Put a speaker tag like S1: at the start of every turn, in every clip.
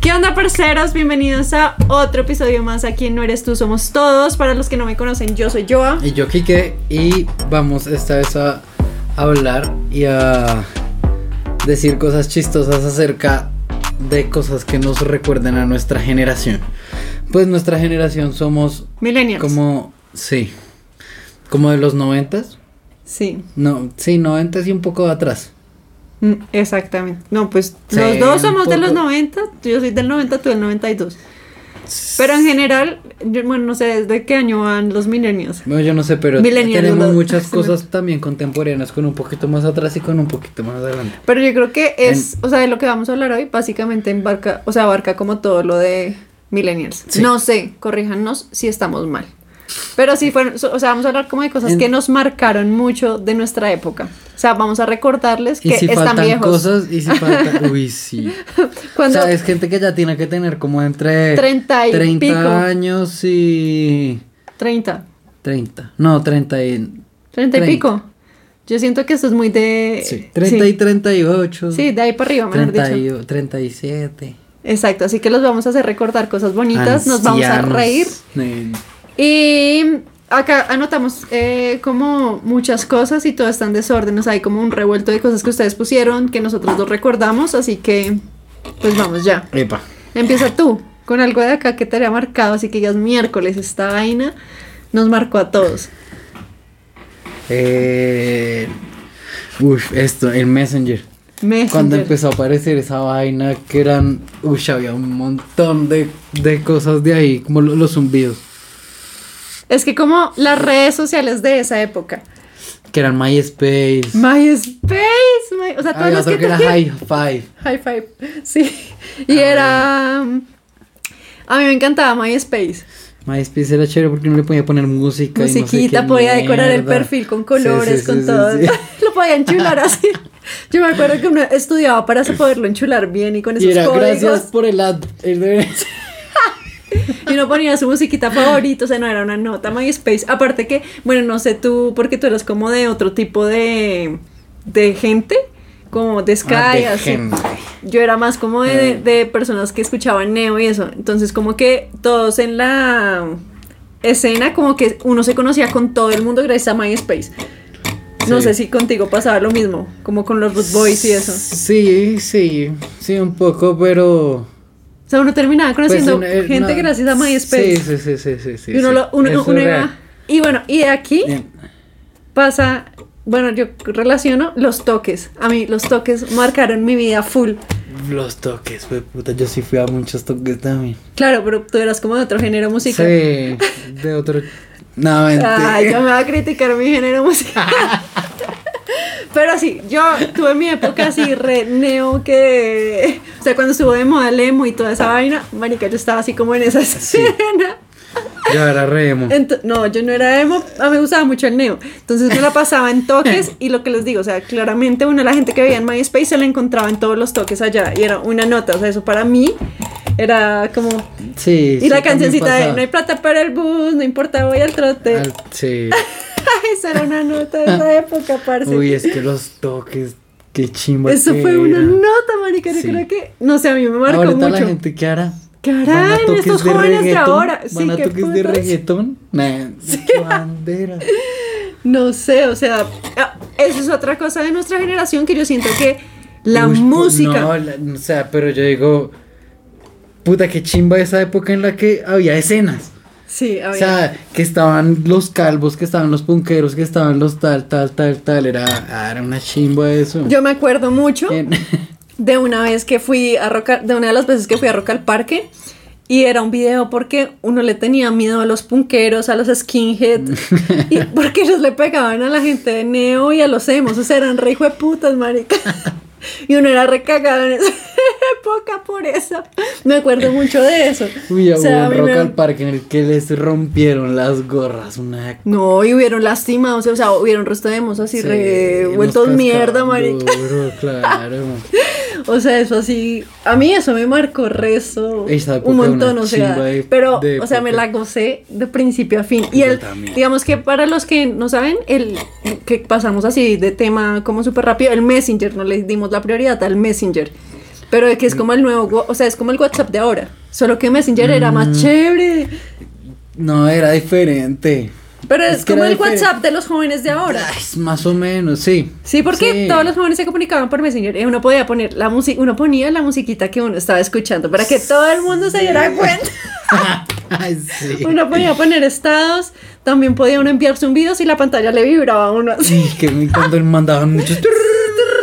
S1: ¿Qué onda, parceros? Bienvenidos a otro episodio más aquí en No Eres Tú, Somos Todos. Para los que no me conocen, yo soy Joa.
S2: Y yo, Kike, y vamos esta vez a hablar y a decir cosas chistosas acerca de cosas que nos recuerden a nuestra generación. Pues nuestra generación somos
S1: Millennials.
S2: como, sí, como de los noventas.
S1: Sí,
S2: No, sí, noventas y un poco de atrás.
S1: mm, exactamente. No, pues
S2: Sí,
S1: los dos somos
S2: un
S1: de los
S2: poco.
S1: 90. Yo soy del 90, tú del 92. Pero en general, yo, bueno, no sé desde qué año van los millennials.
S2: Bueno, yo no sé, pero
S1: Millennial,
S2: tenemos
S1: ¿no?
S2: muchas
S1: Se me-
S2: cosas también contemporáneas con un poquito más atrás y con un poquito más adelante.
S1: Pero yo creo que es, o sea, de lo que vamos a hablar hoy, básicamente embarca, o sea, abarca como todo lo de millennials.
S2: Sí.
S1: No sé, corríjanos si estamos mal. Pero sí, fueron, so- o sea, vamos a hablar como de cosas
S2: En-
S1: que nos marcaron mucho de nuestra época. O sea, vamos a recordarles
S2: Y
S1: que
S2: si
S1: están
S2: faltan
S1: viejos.
S2: cosas, y si faltan... Uy, sí.
S1: Cuando
S2: O sea, es gente que ya tiene que tener como entre
S1: 30 y
S2: 30
S1: pico.
S2: años y
S1: 30,
S2: 30. No, 30 y
S1: 30 y
S2: 30.
S1: pico. Yo siento que esto es muy de...
S2: sí, 30 y 38.
S1: sí. Eh, Sí, de ahí para arriba, mejor
S2: 30
S1: dicho.
S2: y- 37.
S1: Exacto, así que los vamos a hacer recordar cosas bonitas, nos vamos a
S2: ancianos,
S1: reír.
S2: eh,
S1: Y acá anotamos eh, como muchas cosas y todo está en desorden. O sea, hay como un revuelto de cosas que ustedes pusieron que nosotros no recordamos. Así que, pues vamos ya.
S2: Epa.
S1: Empieza tú con algo de acá que te había marcado. Así que ya es miércoles. Esta vaina nos marcó a todos.
S2: Eh, uf, esto, el Messenger.
S1: Messenger.
S2: Cuando empezó a aparecer esa vaina que eran, uy, había un montón de, de cosas de ahí, como lo- los zumbidos,
S1: Es que como las redes sociales de esa época.
S2: que eran MySpace.
S1: MySpace. My- o sea, todos
S2: Había
S1: los
S2: otro
S1: que,
S2: Ah, que era Ah,
S1: tenían-
S2: High Five.
S1: High five. Sí. Y era... um, A mí me encantaba MySpace.
S2: MySpace era chévere porque no le podía poner música. y no sé
S1: musiquita,
S2: qué
S1: podía decorar el
S2: mierda.
S1: perfil con
S2: Sí,
S1: colores,
S2: sí,
S1: con
S2: sí,
S1: todo.
S2: sí, sí.
S1: lo podían chular así. Yo me acuerdo que uno estudiaba para poderlo enchular bien y con esos
S2: Y era
S1: códigos.
S2: gracias por el ad. el de-
S1: Y uno ponía su musiquita favorita, o sea, no era una nota MySpace. Aparte que, bueno, no sé tú, porque tú eras como de otro tipo de, de gente, como de Sky,
S2: Ah, de
S1: así.
S2: gente.
S1: Yo era más como de,
S2: Eh.
S1: de personas que escuchaban Neo y eso. Entonces, como que todos en la escena, como que uno se conocía con todo el mundo gracias a MySpace. No
S2: Sí.
S1: sé si contigo pasaba lo mismo, como con los Root Boys y eso. O
S2: Sí, sí, sí, un poco, pero.
S1: sea, uno terminaba
S2: pues,
S1: conociendo
S2: en- en-
S1: gente
S2: no-
S1: gracias a MySpace.
S2: Sí, sí, sí, sí, sí. sí,
S1: y uno,
S2: sí.
S1: lo- uno-
S2: Eso
S1: uno
S2: era-
S1: iba- Y bueno, y de aquí
S2: Bien.
S1: pasa. Bueno, yo relaciono los toques. A mí los toques marcaron mi vida full.
S2: Los toques, fue puta. Yo sí fui a muchos toques también.
S1: Claro, pero tú eras como de otro género musical.
S2: Sí, de otro. No, mentira.
S1: Ay, Ah, ya me va a criticar mi género musical. Pero sí, yo tuve mi época así re neo que... O sea, cuando estuvo de moda el emo y toda
S2: Ah.
S1: esa vaina, marica, yo estaba así como en esa escena.
S2: Yo era re emo.
S1: Ento- no, yo no era emo, a mí me gustaba mucho el neo. Entonces me la pasaba en toques y lo que les digo, o sea, claramente una de la gente que veía en MySpace se la encontraba en todos los toques allá y era una nota, o sea, eso para mí era como...
S2: Sí.
S1: Y
S2: sí,
S1: la
S2: también
S1: cancioncita de
S2: pasaba.
S1: No hay plata para el bus, no importa, voy al trote.
S2: Al- Sí.
S1: Ay, esa era una nota de esa época, parce.
S2: Uy, es que los toques, qué chimba.
S1: Eso
S2: que
S1: fue una
S2: era.
S1: nota, marica. Yo
S2: Sí.
S1: creo que, no sé, a mí me marcó
S2: Ahorita
S1: mucho.
S2: la gente que hará.
S1: ¿Qué harán estos jóvenes de ahora? Sí,
S2: van a
S1: qué
S2: toques de
S1: putas.
S2: reggaetón. Nah, qué bandera.
S1: No sé, o sea, ah, eso es otra cosa de nuestra generación que yo siento que la
S2: Uy, pu-
S1: música.
S2: No, la- o sea, pero yo digo, puta, qué chimba esa época en la que había escenas.
S1: Sí, a
S2: O
S1: ver.
S2: sea, que estaban los calvos, que estaban los punqueros, que estaban los tal, tal, tal, tal. Era, ah, era una chimba eso.
S1: yo me acuerdo mucho
S2: En-
S1: de una vez que fui a Rock al- de una de las veces que fui a Rock al Parque y era un video porque uno le tenía miedo a los punqueros, a los skinheads y porque ellos le pegaban a la gente de neo y a los emos, o sea, eran re hijo de putas, marica. Y uno era recagado en esa época por eso. Me acuerdo mucho de eso.
S2: Uy,
S1: O
S2: hubo
S1: sea, a
S2: un
S1: mí
S2: rock
S1: me-
S2: al parque en el que les rompieron las gorras. Una
S1: No, y hubieron lastimados, o sea, hubieron resto de emos así
S2: Sí,
S1: re
S2: nos
S1: vueltos mierda,
S2: cascaban
S1: marica.
S2: duro, claro.
S1: O sea, eso así, a mí eso me marcó rezo
S2: Esa época
S1: un
S2: era
S1: montón,
S2: una
S1: o sea,
S2: chimba de-
S1: pero,
S2: de
S1: o sea, me
S2: época.
S1: la gocé de principio a fin. Y
S2: Yo
S1: el,
S2: también.
S1: digamos que para los que no saben, el que pasamos así de tema como súper rápido, el Messenger, no le dimos la prioridad al Messenger. Pero que es como el nuevo, wa- o sea, es como el WhatsApp de ahora. Solo que Messenger era más
S2: Mm.
S1: chévere.
S2: No, era diferente.
S1: Pero es,
S2: Es que
S1: como
S2: era
S1: el
S2: diferente.
S1: WhatsApp de los jóvenes de ahora.
S2: Ay, más o menos, sí.
S1: Sí, porque
S2: Sí.
S1: todos los jóvenes se comunicaban por Messenger. eh, Uno podía poner la música, uno ponía la musiquita que uno estaba escuchando para que todo el mundo se diera cuenta.
S2: Ay, sí.
S1: Uno podía poner estados, también podía uno enviar zumbidos y la pantalla le vibraba a uno así.
S2: Sí, que me cuando mandaban muchos.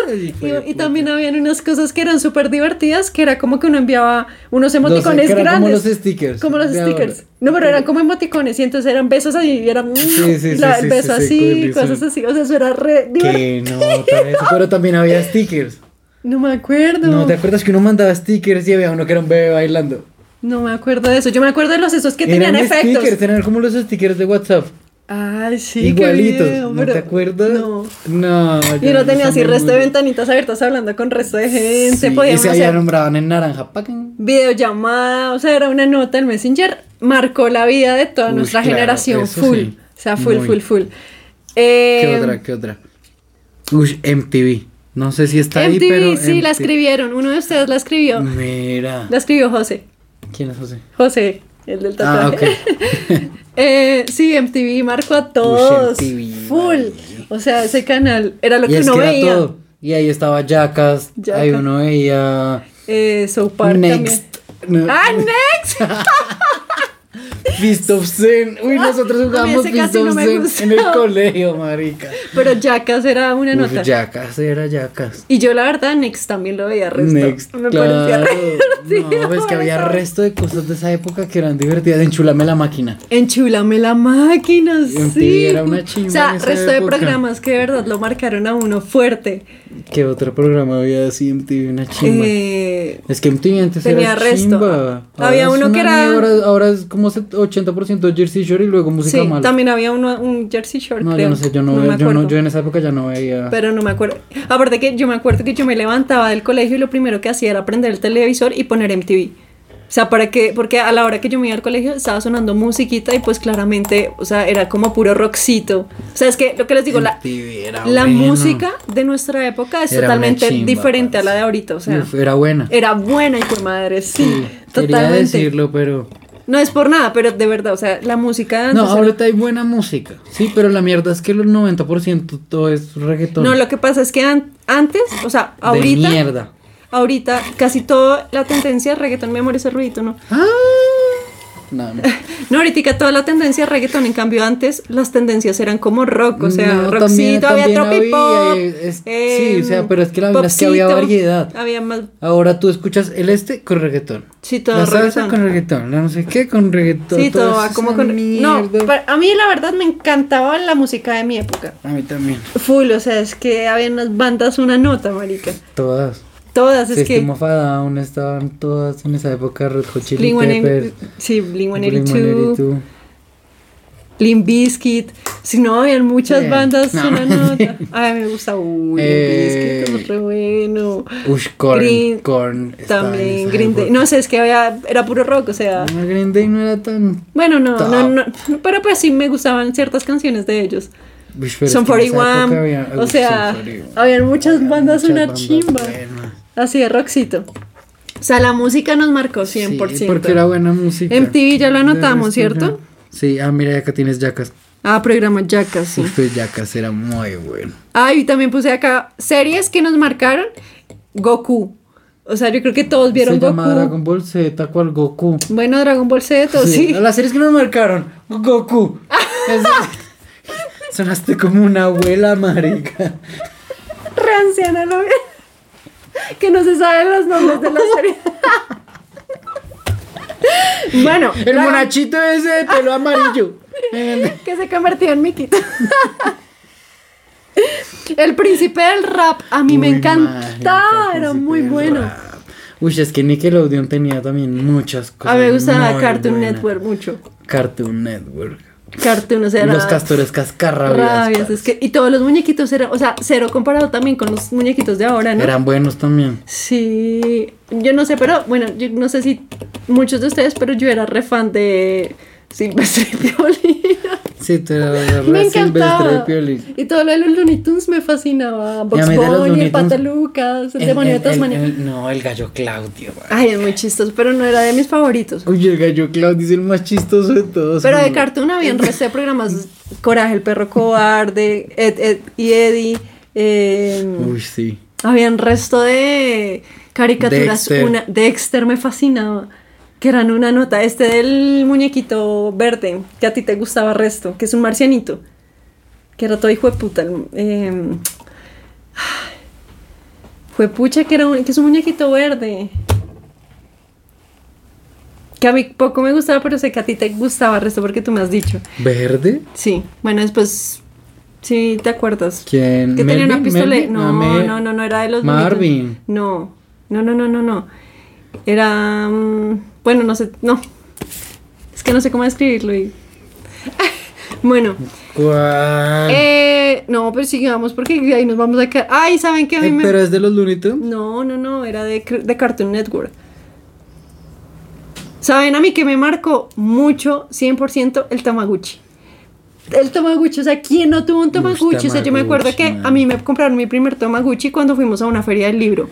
S1: Y, y también habían unas cosas que eran súper divertidas, que era como que uno enviaba unos
S2: Los- que
S1: emoticones
S2: eran
S1: grandes.
S2: Como los stickers.
S1: Como los
S2: de
S1: stickers.
S2: ahora.
S1: No, pero eran como emoticones y entonces eran besos así y eran
S2: Sí, sí, sí,
S1: la- el
S2: sí, sí,
S1: beso
S2: sí,
S1: así,
S2: cool,
S1: cosas
S2: sí.
S1: así. O sea, eso era re divertido.
S2: Que no, otra vez, pero también había stickers.
S1: No me acuerdo.
S2: No, ¿te acuerdas que uno mandaba stickers y había uno que era un bebé bailando?
S1: No me acuerdo de eso. Yo me acuerdo de los esos que tenían
S2: Eran
S1: efectos.
S2: stickers, eran como los stickers de WhatsApp.
S1: Ay, sí. qué
S2: Igualitos.
S1: video,
S2: ¿No
S1: pero-
S2: te acuerdas?
S1: No.
S2: No. yo
S1: Y uno
S2: no
S1: tenía así
S2: sabía
S1: resto de
S2: muy bien.
S1: ventanitas abiertas hablando con resto de gente.
S2: Sí, y
S1: podíamos
S2: se
S1: hacer
S2: había nombraban en naranja. Pacan.
S1: videollamada, o sea, era una nota. El Messenger marcó la vida de toda
S2: Uy,
S1: nuestra
S2: claro,
S1: generación.
S2: eso
S1: Full.
S2: sí.
S1: O sea, full,
S2: Muy.
S1: full, full.
S2: ¿Qué
S1: Eh,
S2: otra? ¿Qué otra? Uy, MTV. No sé si está ahí,
S1: MTV,
S2: pero.
S1: sí, la
S2: MTV.
S1: escribieron. Uno de ustedes la escribió.
S2: Mm. Mira.
S1: La escribió José.
S2: ¿Quién es José?
S1: José, el del
S2: Ah,
S1: tatuaje. Eh, sí, MTV marcó a todos.
S2: MTV,
S1: full. O sea, ese canal era lo
S2: y
S1: que
S2: es
S1: uno
S2: que era
S1: veía.
S2: todo. Y ahí estaba Jackass.
S1: Jackass.
S2: Ahí uno veía.
S1: Eh, South Park
S2: Next.
S1: también.
S2: No,
S1: ¡Ah, Next!
S2: Fist of Zen. Uy, nosotros jugábamos
S1: Ah, ese
S2: Fist
S1: casi
S2: of
S1: no me
S2: Zen en el
S1: gustaba.
S2: colegio, marica.
S1: Pero Jackass era una
S2: Uf,
S1: nota.
S2: Jackass era Jackass.
S1: Y yo, la verdad, Next también lo veía resto.
S2: Next,
S1: Me
S2: claro.
S1: parecía re divertido,
S2: No, ves
S1: por
S2: que había
S1: eso.
S2: resto de cosas de esa época que eran divertidas. Enchulame la máquina.
S1: Enchulame la máquina,
S2: MTV
S1: sí.
S2: era una chimba
S1: o sea,
S2: en esa
S1: resto de
S2: época.
S1: programas que de verdad lo marcaron a uno fuerte.
S2: ¿Qué otro programa había así MTV? Una chimba.
S1: Eh,
S2: es que MTV antes
S1: tenía
S2: era
S1: resto.
S2: chimba.
S1: Había
S2: es
S1: uno
S2: una
S1: que era-
S2: mierda, Ahora, ahora es como set- 80% Jersey Shore y luego música
S1: sí,
S2: mala.
S1: también había uno, un Jersey Shore,
S2: No,
S1: creo.
S2: yo no sé, yo no,
S1: me
S2: ve- yo, no
S1: acuerdo.
S2: yo en esa época ya no veía.
S1: Pero no me acuerdo. Aparte que yo me acuerdo que yo me levantaba del colegio y lo primero que hacía era prender el televisor y poner MTV. O sea, para que, porque a la hora que yo me iba al colegio estaba sonando musiquita y pues claramente, o sea, era como puro rockcito. O sea, es que lo que les digo, la,
S2: MTV era
S1: la
S2: bueno.
S1: música de nuestra época es
S2: Era una
S1: totalmente
S2: chimba,
S1: diferente a la de
S2: parce.
S1: ahorita. O sea,
S2: Uf, era buena.
S1: era buena y fue madre, sí,
S2: Quería
S1: totalmente.
S2: decirlo, pero.
S1: No es por nada, pero de verdad, o sea, la música de
S2: No,
S1: antes era-
S2: ahorita hay buena música. Sí, pero la mierda es que el 90% todo es reggaetón.
S1: No, lo que pasa es que an- antes, o sea,
S2: De
S1: ahorita...
S2: mierda.
S1: Ahorita casi toda la tendencia de reggaetón, mi amor, ese ruidito, ¿no?
S2: Ah. No, no.
S1: No, ahorita toda la tendencia de reggaetón, en cambio antes las tendencias eran como rock, o sea,
S2: No,
S1: rockcito,
S2: también- también
S1: había tropipop.
S2: había, es- sí, o sea,
S1: em,
S2: pero es que la verdad es que había
S1: popcito,
S2: variedad.
S1: Había más,
S2: Ahora tú escuchas el este con reggaetón.
S1: sí, todo
S2: La salsa
S1: reggaetón.
S2: con reggaetón, la no sé qué con reggaetón.
S1: sí, todo
S2: todo
S1: va
S2: eso
S1: como
S2: es
S1: con...
S2: una
S1: No,
S2: mierda.
S1: pa- a mí la verdad me encantaba la música de mi época.
S2: A mí también.
S1: Full, o sea, es que había unas bandas, una nota, marica.
S2: Todas.
S1: Todas, Pues es
S2: System
S1: que...
S2: of a Down estaban todas en esa época Red Hot Chili Peppers.
S1: Blink-182, sí, Blink-182,
S2: 182.
S1: Limp Bizkit, si no, habían muchas
S2: Sí.
S1: bandas,
S2: No.
S1: una nota. Ay, me gusta, uy,
S2: Eh,
S1: Limp Bizkit es re bueno.
S2: Ush, Korn,
S1: Green-
S2: Korn estaba en
S1: También
S2: esa
S1: Green Day,
S2: época.
S1: no sé, es que había, era puro rock, o sea,
S2: No, Green Day no era tan.
S1: bueno, no,
S2: Top.
S1: no, no, pero pues sí me gustaban ciertas canciones de ellos.
S2: Ush, pero
S1: Son
S2: es que en esa
S1: 41,
S2: época había-
S1: o
S2: Ush,
S1: sea,
S2: Son 41.
S1: habían muchas bandas,
S2: muchas
S1: una
S2: bandas
S1: chimba.
S2: buenas.
S1: Así de rockcito. O sea, la música nos marcó 100%.
S2: Sí, porque era buena música.
S1: MTV ya lo
S2: De
S1: anotamos,
S2: resto
S1: ¿cierto?
S2: ya. Sí, ah, mira, acá tienes Jackas.
S1: Ah, programa Jackass, sí.
S2: Uf, Jackas era muy bueno.
S1: Ah, y también puse acá series que nos marcaron. Goku. O sea, yo creo que todos vieron
S2: Se
S1: Goku.
S2: llama Dragon Ball Z, cual Goku.
S1: Bueno, Dragon Ball Z, sí.
S2: Sí, Las series que nos marcaron, Goku. Es- sonaste como una abuela, marica.
S1: Re anciana, ¿no? que no se saben los nombres de la serie. bueno,
S2: El
S1: Dragon-
S2: monachito ese de pelo amarillo.
S1: que se convirtió en Mickey. El príncipe del rap, a mí me
S2: Uy,
S1: encantaba,
S2: marica,
S1: era muy
S2: Príncipe
S1: bueno.
S2: del Rap. Uy, es que Nickelodeon tenía también muchas cosas.
S1: A mí me gustaba
S2: muy
S1: Cartoon
S2: buenas.
S1: Network mucho.
S2: Cartoon Network.
S1: Cartoon, o sea, era-
S2: Los castores cascarrabias.
S1: Rabias,
S2: parce.
S1: es que, y todos los muñequitos eran, o sea, cero comparado también con los muñequitos de ahora, ¿no?
S2: Eran buenos también.
S1: Sí, yo no sé, pero bueno, yo no sé si muchos de ustedes, pero yo era re fan de Silvestre y Piolín.
S2: Sí, tú eras
S1: Me
S2: re Silvestre
S1: encantaba.
S2: Piolín.
S1: Y todo lo de los Looney Tunes me fascinaba. Box
S2: mí de los
S1: Bunny,
S2: Looney
S1: el Pata
S2: Tunes-
S1: Lucas, el,
S2: El-
S1: demonio de
S2: el-
S1: Tasmania.
S2: el- el- No, el gallo Claudio, güey.
S1: Ay, es muy chistoso, pero no era de mis favoritos.
S2: Oye, el gallo Claudio es el más chistoso de todos.
S1: Pero de
S2: güey.
S1: Cartoon habían resto de programas. Coraje, el perro cobarde, Ed, Ed y Eddie. eh,
S2: Uy, sí.
S1: habían resto de caricaturas.
S2: Dexter.
S1: Una, Dexter me fascinaba. Que eran una nota. Este del muñequito verde, que a ti te gustaba resto, que es un marcianito. Que era todo hijo de puta. el, eh, Juepucha, que, era un, que es un muñequito verde. Que a mí poco me gustaba, pero sé que a ti te gustaba, resto, porque tú me has dicho.
S2: ¿Verde?
S1: Sí, bueno, después, sí, te acuerdas.
S2: ¿Quién?
S1: Que tenía una
S2: Melvin,
S1: pistola.
S2: Melvin,
S1: No,
S2: Mel-
S1: no, no, no, era de los
S2: Marvin.
S1: Looney Tunes. No, no, no, no, no, no. Era, mm, bueno, no sé, no. Es que no sé cómo describirlo. y- bueno,
S2: ¿Cuál?
S1: eh, no, pero sigamos porque de ahí nos vamos a quedar. Ay, ¿saben qué? A mí
S2: Eh,
S1: me...
S2: ¿Pero es de los Looney Tunes?
S1: No, no, no, era de, cr- de Cartoon Network. ¿Saben a mí que me marcó mucho, 100% el Tamaguchi? El Tamaguchi, o sea, ¿quién no tuvo un Tamaguchi? O sea, yo me acuerdo
S2: Tamaguchi,
S1: que
S2: man.
S1: a mí me compraron mi primer Tamaguchi cuando fuimos a una feria del libro.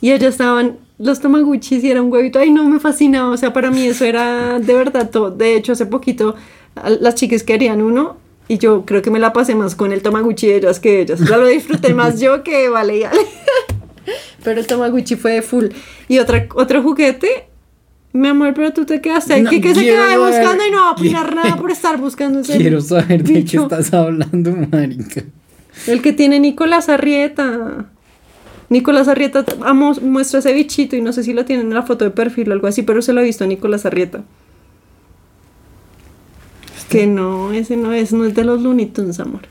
S1: Y allá estaban los Tamaguchis y era un huevito. Ay, no, me fascinaba. O sea, para mí eso era de verdad todo. De hecho, hace poquito a- las chicas querían uno y yo creo que me la pasé más con el Tamaguchi de ellas que de ellas. O sea, lo disfruté más yo que vale. y Ale. Pero el Tamaguchi fue de full. Y otra, otro juguete. Mi amor, pero tú te quedaste ahí.
S2: No,
S1: que, que se
S2: quiero
S1: queda ahí
S2: saber-
S1: buscando y no va a opinar nada por estar buscando ese
S2: Quiero saber de qué
S1: bicho.
S2: estás hablando, marica.
S1: El que tiene Nicolás Arrieta. Nicolás Arrieta amo- muestra ese bichito y no sé si lo tienen en la foto de perfil o algo así, pero se lo he visto a Nicolás Arrieta.
S2: Este.
S1: Que no, ese no es, no es de los Looney Tunes, amor.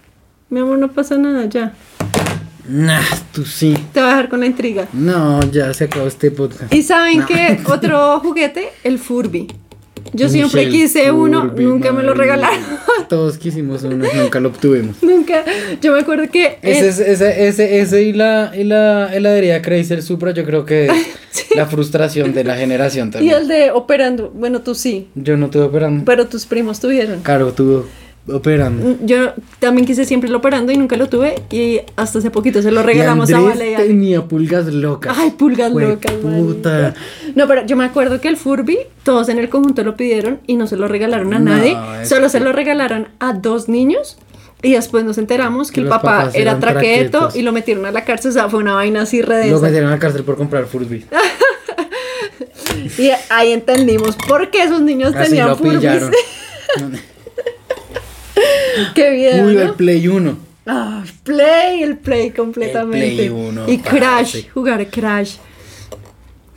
S1: Mi amor, no pasa nada, ya.
S2: Nah, tú sí.
S1: Te voy a dejar con la intriga.
S2: No, ya se acabó este podcast.
S1: ¿Y saben
S2: No.
S1: qué? Otro juguete, el Furby. Yo siempre
S2: Michelle
S1: quise uno,
S2: Furby,
S1: nunca me lo
S2: marica.
S1: regalaron.
S2: Todos quisimos uno, nunca lo obtuvimos.
S1: nunca. Yo me acuerdo que. eh,
S2: Ese,
S1: en-
S2: es- ese, ese, ese y la, y la heladería Crazy el Supra, yo creo que es la frustración de la generación
S1: y
S2: también.
S1: el de operando. Bueno, tú sí,
S2: Yo no tuve operando.
S1: pero tus primos tuvieron.
S2: Caro tuvo operando.
S1: Yo también quise siempre el operando y nunca lo tuve. Y hasta hace poquito se lo regalamos
S2: y
S1: a
S2: Andrés
S1: Valeria.
S2: tenía pulgas locas.
S1: Ay, pulgas
S2: Jue
S1: locas,
S2: puta.
S1: marica. No, pero yo me acuerdo que el Furby, todos en el conjunto lo pidieron y no se lo regalaron a
S2: No,
S1: nadie.
S2: es
S1: Solo se lo regalaron a dos niños. Y después nos enteramos que,
S2: Que
S1: el
S2: los
S1: papá
S2: papás
S1: era
S2: eran
S1: traqueto
S2: traquetos.
S1: y lo metieron a la cárcel. O sea, fue una vaina así
S2: Lo
S1: redensa.
S2: metieron a la cárcel por comprar Furby.
S1: Ah, Y ahí entendimos por qué esos niños
S2: Así
S1: tenían
S2: lo
S1: Furbies.
S2: pillaron.
S1: qué bien.
S2: Uy, el Play 1.
S1: Ah, Play, el Play completamente.
S2: El Play uno,
S1: y
S2: parce.
S1: Crash, jugar Crash.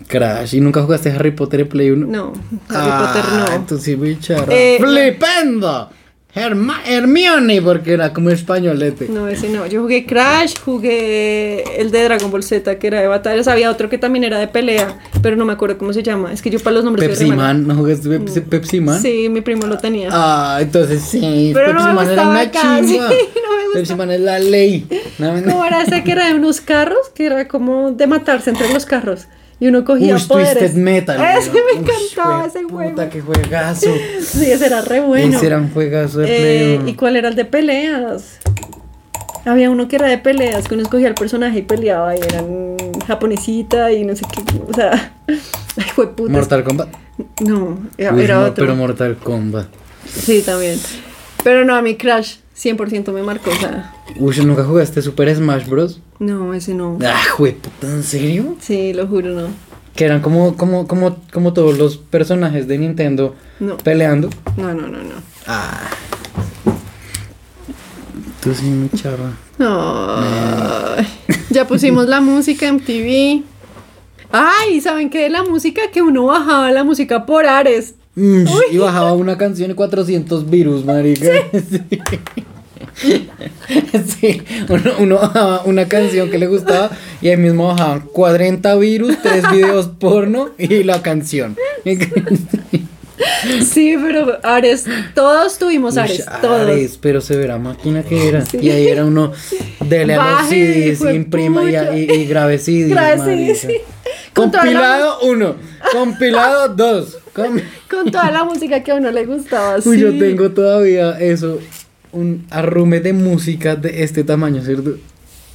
S2: Crash. ¿Y nunca jugaste Harry Potter en Play 1?
S1: No, Harry
S2: Ah,
S1: Potter no.
S2: Tú sí, muy charra.
S1: Eh,
S2: ¡Flipendo! Herma- Hermione, porque era como españolete.
S1: No, ese no. Yo jugué Crash, jugué el de Dragon Ball Z, que era de batallas. Había otro que también era de pelea, pero no me acuerdo cómo se llama. Es que yo para los nombres soy
S2: Pepsi
S1: re mala.
S2: Man, ¿no jugaste Pepsi, Pepsi Man?
S1: Sí, mi primo lo tenía.
S2: Ah, entonces sí,
S1: Pero no
S2: Pepsi
S1: me
S2: Man era
S1: gustaba
S2: una
S1: casi,
S2: chimba.
S1: no me gustaba.
S2: Pepsi Man es la ley. No, no.
S1: ¿Cómo era ese que era de unos carros? Que era como de matarse entre los carros. Y uno cogía
S2: Uy,
S1: poderes.
S2: Twisted Metal.
S1: Ese
S2: weón.
S1: me
S2: Uy,
S1: encantaba, ese
S2: jueputa,
S1: juego.
S2: qué juegazo.
S1: Sí, ese era re bueno.
S2: Ese era un juegazo de
S1: Eh,
S2: Play
S1: ¿Y
S2: uno.
S1: cuál era el de peleas? Había uno que era de peleas, que uno escogía el personaje y peleaba, y eran japonesita y no sé qué, o sea, ay, fue puta.
S2: Mortal Kombat.
S1: No, era,
S2: Uy,
S1: era
S2: no,
S1: otro.
S2: Pero Mortal Kombat.
S1: Sí, también. Pero no, a mi Crash 100% me marcó, o sea,
S2: Uy, ¿nunca jugaste Super Smash Bros?
S1: no, ese no.
S2: Ah, jueputa, ¿en serio?
S1: Sí, lo juro, no.
S2: Que eran como, como, como, como todos los personajes de Nintendo
S1: No,
S2: peleando.
S1: no, no, no, no.
S2: Ah. Tú sí, mi charra.
S1: Ay, ya pusimos la música en TV. Ay, ¿saben qué de la música? Que uno bajaba la música por Ares.
S2: Mm, y bajaba una canción y 400 virus, marica. Sí. Sí, Uno, uno bajaba una canción que le gustaba y ahí mismo bajaban 40 virus, tres videos porno y la canción.
S1: Sí, pero Ares, todos tuvimos
S2: Ush,
S1: Ares, todos.
S2: Ares, pero se verá máquina que era.
S1: Sí.
S2: Y ahí era uno, dele a los
S1: Baje,
S2: CDs,
S1: hijo de
S2: imprima y,
S1: pucha.
S2: y, y grabe CDs.
S1: Gracias,
S2: marica.
S1: sí, sí. Con toda la
S2: Compilado 1, compilado 2.
S1: Con toda la música que a uno le gustaba.
S2: Uy, yo
S1: sí.
S2: tengo todavía eso, un arrume de música de este tamaño, ¿cierto?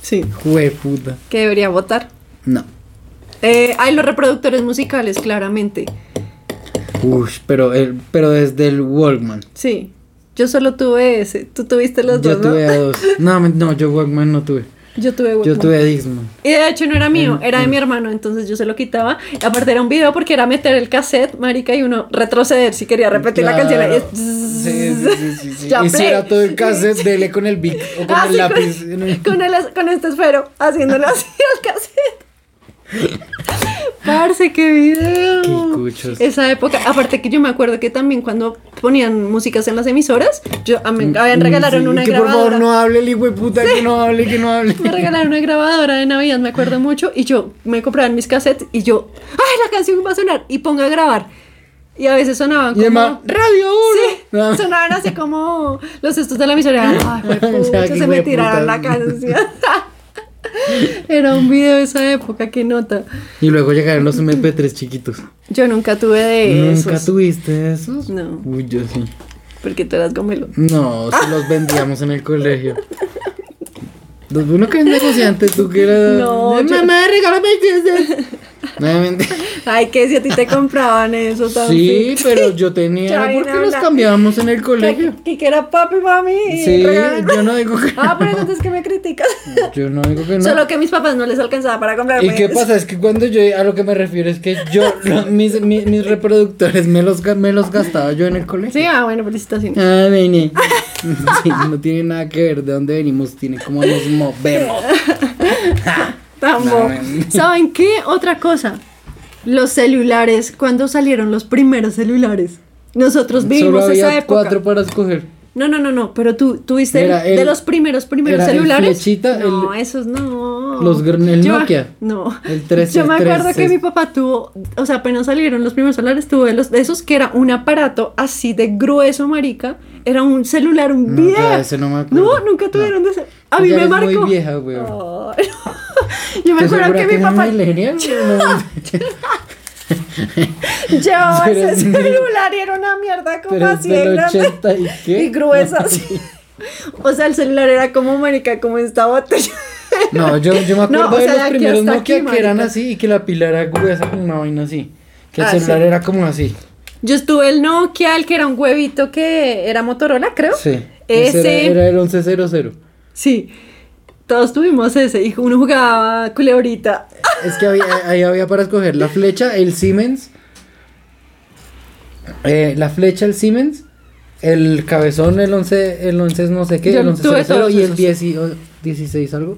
S1: Sí.
S2: Jueputa.
S1: Que debería votar.
S2: No.
S1: Eh, hay los reproductores musicales, claramente.
S2: Uy, pero, el, pero desde el Walkman.
S1: Sí. Yo solo tuve ese. Tú tuviste los
S2: yo
S1: dos,
S2: tuve
S1: ¿no?
S2: a dos. No, men- no, yo Walkman no tuve.
S1: Yo tuve
S2: Yo
S1: Walkman.
S2: tuve Mm, a Dixman.
S1: Y de hecho no era mío, era de mi hermano, entonces yo se lo quitaba. Y aparte era un video porque era meter el cassette, marica, y uno retroceder si quería repetir la canción. ahí
S2: Claro.
S1: es-
S2: Sí, sí, sí, sí, sí.
S1: Ya
S2: Y si era
S1: play.
S2: todo el cassette, dele con el bic o con
S1: Ah,
S2: el
S1: sí,
S2: lápiz.
S1: Con, con el- con este esfero, haciéndole así al cassette. Parce, qué video.
S2: Qué cuchos.
S1: Esa época, aparte que yo me acuerdo que también cuando ponían músicas en las emisoras, yo a mí- a mí me regalaron
S2: Mm, Sí,
S1: una
S2: Que por
S1: grabadora.
S2: favor no hable el hijo de puta, que no hable, que no hable.
S1: Me regalaron una grabadora de Navidad, me acuerdo mucho, y yo me compraban mis cassettes y yo, ¡ay, la canción va a sonar! Y ponga a grabar. Y a veces sonaban
S2: Y
S1: como...
S2: además, Radio Ah. 1.
S1: Sí, sonaban así como los estos de la emisora. ¡Ay,
S2: Ya,
S1: pucha,
S2: qué
S1: se me
S2: hijueputa.
S1: tiraron la canción! Era un video de esa época, qué nota.
S2: Y luego llegaron los MP3 chiquitos.
S1: Yo nunca tuve de
S2: ¿Nunca
S1: esos,
S2: tuviste esos?
S1: No.
S2: Uy, yo sí.
S1: porque tú eras gomelo.
S2: No, se los vendíamos en el colegio. Los- Uno que es negociante, tú que eras.
S1: No,
S2: Ay,
S1: yo-
S2: mamá, regálame el Nuevamente.
S1: Ay, que si a ti te compraban eso
S2: Sí,
S1: también.
S2: pero yo tenía.
S1: Ya
S2: era
S1: ven
S2: porque
S1: a
S2: los
S1: hablar.
S2: cambiábamos en el colegio.
S1: Que, que era papi, mami. y
S2: Sí,
S1: regalaron-
S2: yo no digo que.
S1: Ah, pero entonces que me criticas.
S2: Yo no digo que no.
S1: Solo que a mis papás no les alcanzaba para comprarme.
S2: ¿Y qué
S1: eso.
S2: pasa? Es que cuando yo a lo que me refiero es que yo lo- mis, mi- mis reproductores me los, ga- me los gastaba yo en el colegio.
S1: Sí, ah, bueno, felicitaciones.
S2: Ah, vení. Sí, no tiene nada que ver de dónde venimos, tiene cómo nos movemos.
S1: Tambo.
S2: No, no.
S1: ¿Saben qué? Otra cosa. Los celulares. ¿Cuándo salieron los primeros celulares? Nosotros
S2: Solo
S1: vivimos
S2: había
S1: esa época.
S2: cuatro para escoger.
S1: No, no, no, no. Pero tú tuviste
S2: Era
S1: el- de
S2: el-
S1: los primeros, primeros
S2: era el
S1: celulares.
S2: flechita,
S1: no,
S2: el-
S1: esos no.
S2: los gr- el
S1: Yo-
S2: Nokia.
S1: No.
S2: El 3,
S1: Yo me
S2: el 3,
S1: acuerdo que
S2: es-
S1: mi papá tuvo, o sea, apenas salieron los primeros celulares, tuvo de, los, de esos que era un aparato así de grueso, marica. Era un celular, un
S2: No,
S1: video.
S2: ya, ese no me acuerdo.
S1: No, nunca tuvieron de ese. A
S2: Tú
S1: mí
S2: ya
S1: me
S2: eres muy
S1: marcó.
S2: vieja, weón.
S1: Ay, Yo me
S2: ¿Te
S1: acuerdo
S2: aseguras
S1: que
S2: que
S1: mi
S2: eres
S1: papá
S2: millennial?
S1: llevaba
S2: Pero
S1: ese
S2: es-
S1: celular y era una mierda como
S2: Pero es
S1: así de
S2: del
S1: grande
S2: 80 y qué.
S1: y gruesa. así. O sea, el celular era como marica, como esta botella.
S2: No, yo, yo me
S1: No,
S2: acuerdo
S1: o
S2: de
S1: sea, de aquí
S2: los primeros
S1: hasta
S2: Nokia
S1: aquí,
S2: que eran
S1: marica.
S2: así y que la pila era gruesa con una vaina así. Que el
S1: Ah,
S2: celular
S1: sí.
S2: era como así.
S1: Yo estuve el Nokia, el que era un huevito que era Motorola, creo.
S2: Sí.
S1: Ese.
S2: Era, era el 1100.
S1: Sí. Todos tuvimos ese. Y uno jugaba culebrita.
S2: Es que había, ahí había para escoger la flecha, el Siemens. eh, la flecha, el Siemens. El cabezón, el 11, el 11 no sé qué,
S1: Yo
S2: el
S1: tuve
S2: 1100
S1: todos
S2: y el
S1: esos.
S2: 10 y- o 16 algo.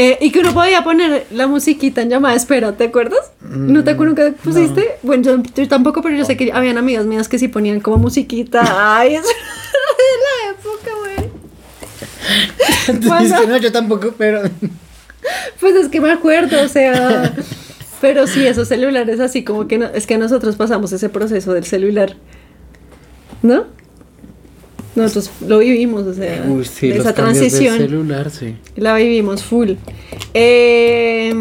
S1: Eh, y que uno podía poner la musiquita en llamada de espera, ¿te acuerdas? ¿No te acuerdas
S2: Mm,
S1: que pusiste? Bueno, yo, yo tampoco, pero yo
S2: Oh.
S1: sé que habían amigas mías que sí ponían como musiquita. Ay, eso era de la época, güey.
S2: Entonces,
S1: Bueno.
S2: no, yo tampoco, pero
S1: Pues es que me acuerdo, o sea. Pero sí, esos celulares así como que no- es que nosotros pasamos ese proceso del celular. ¿No? Nosotros lo vivimos, o sea,
S2: Uy, sí, los
S1: esa
S2: cambios de
S1: transición.
S2: celular, sí.
S1: La vivimos full. Eh,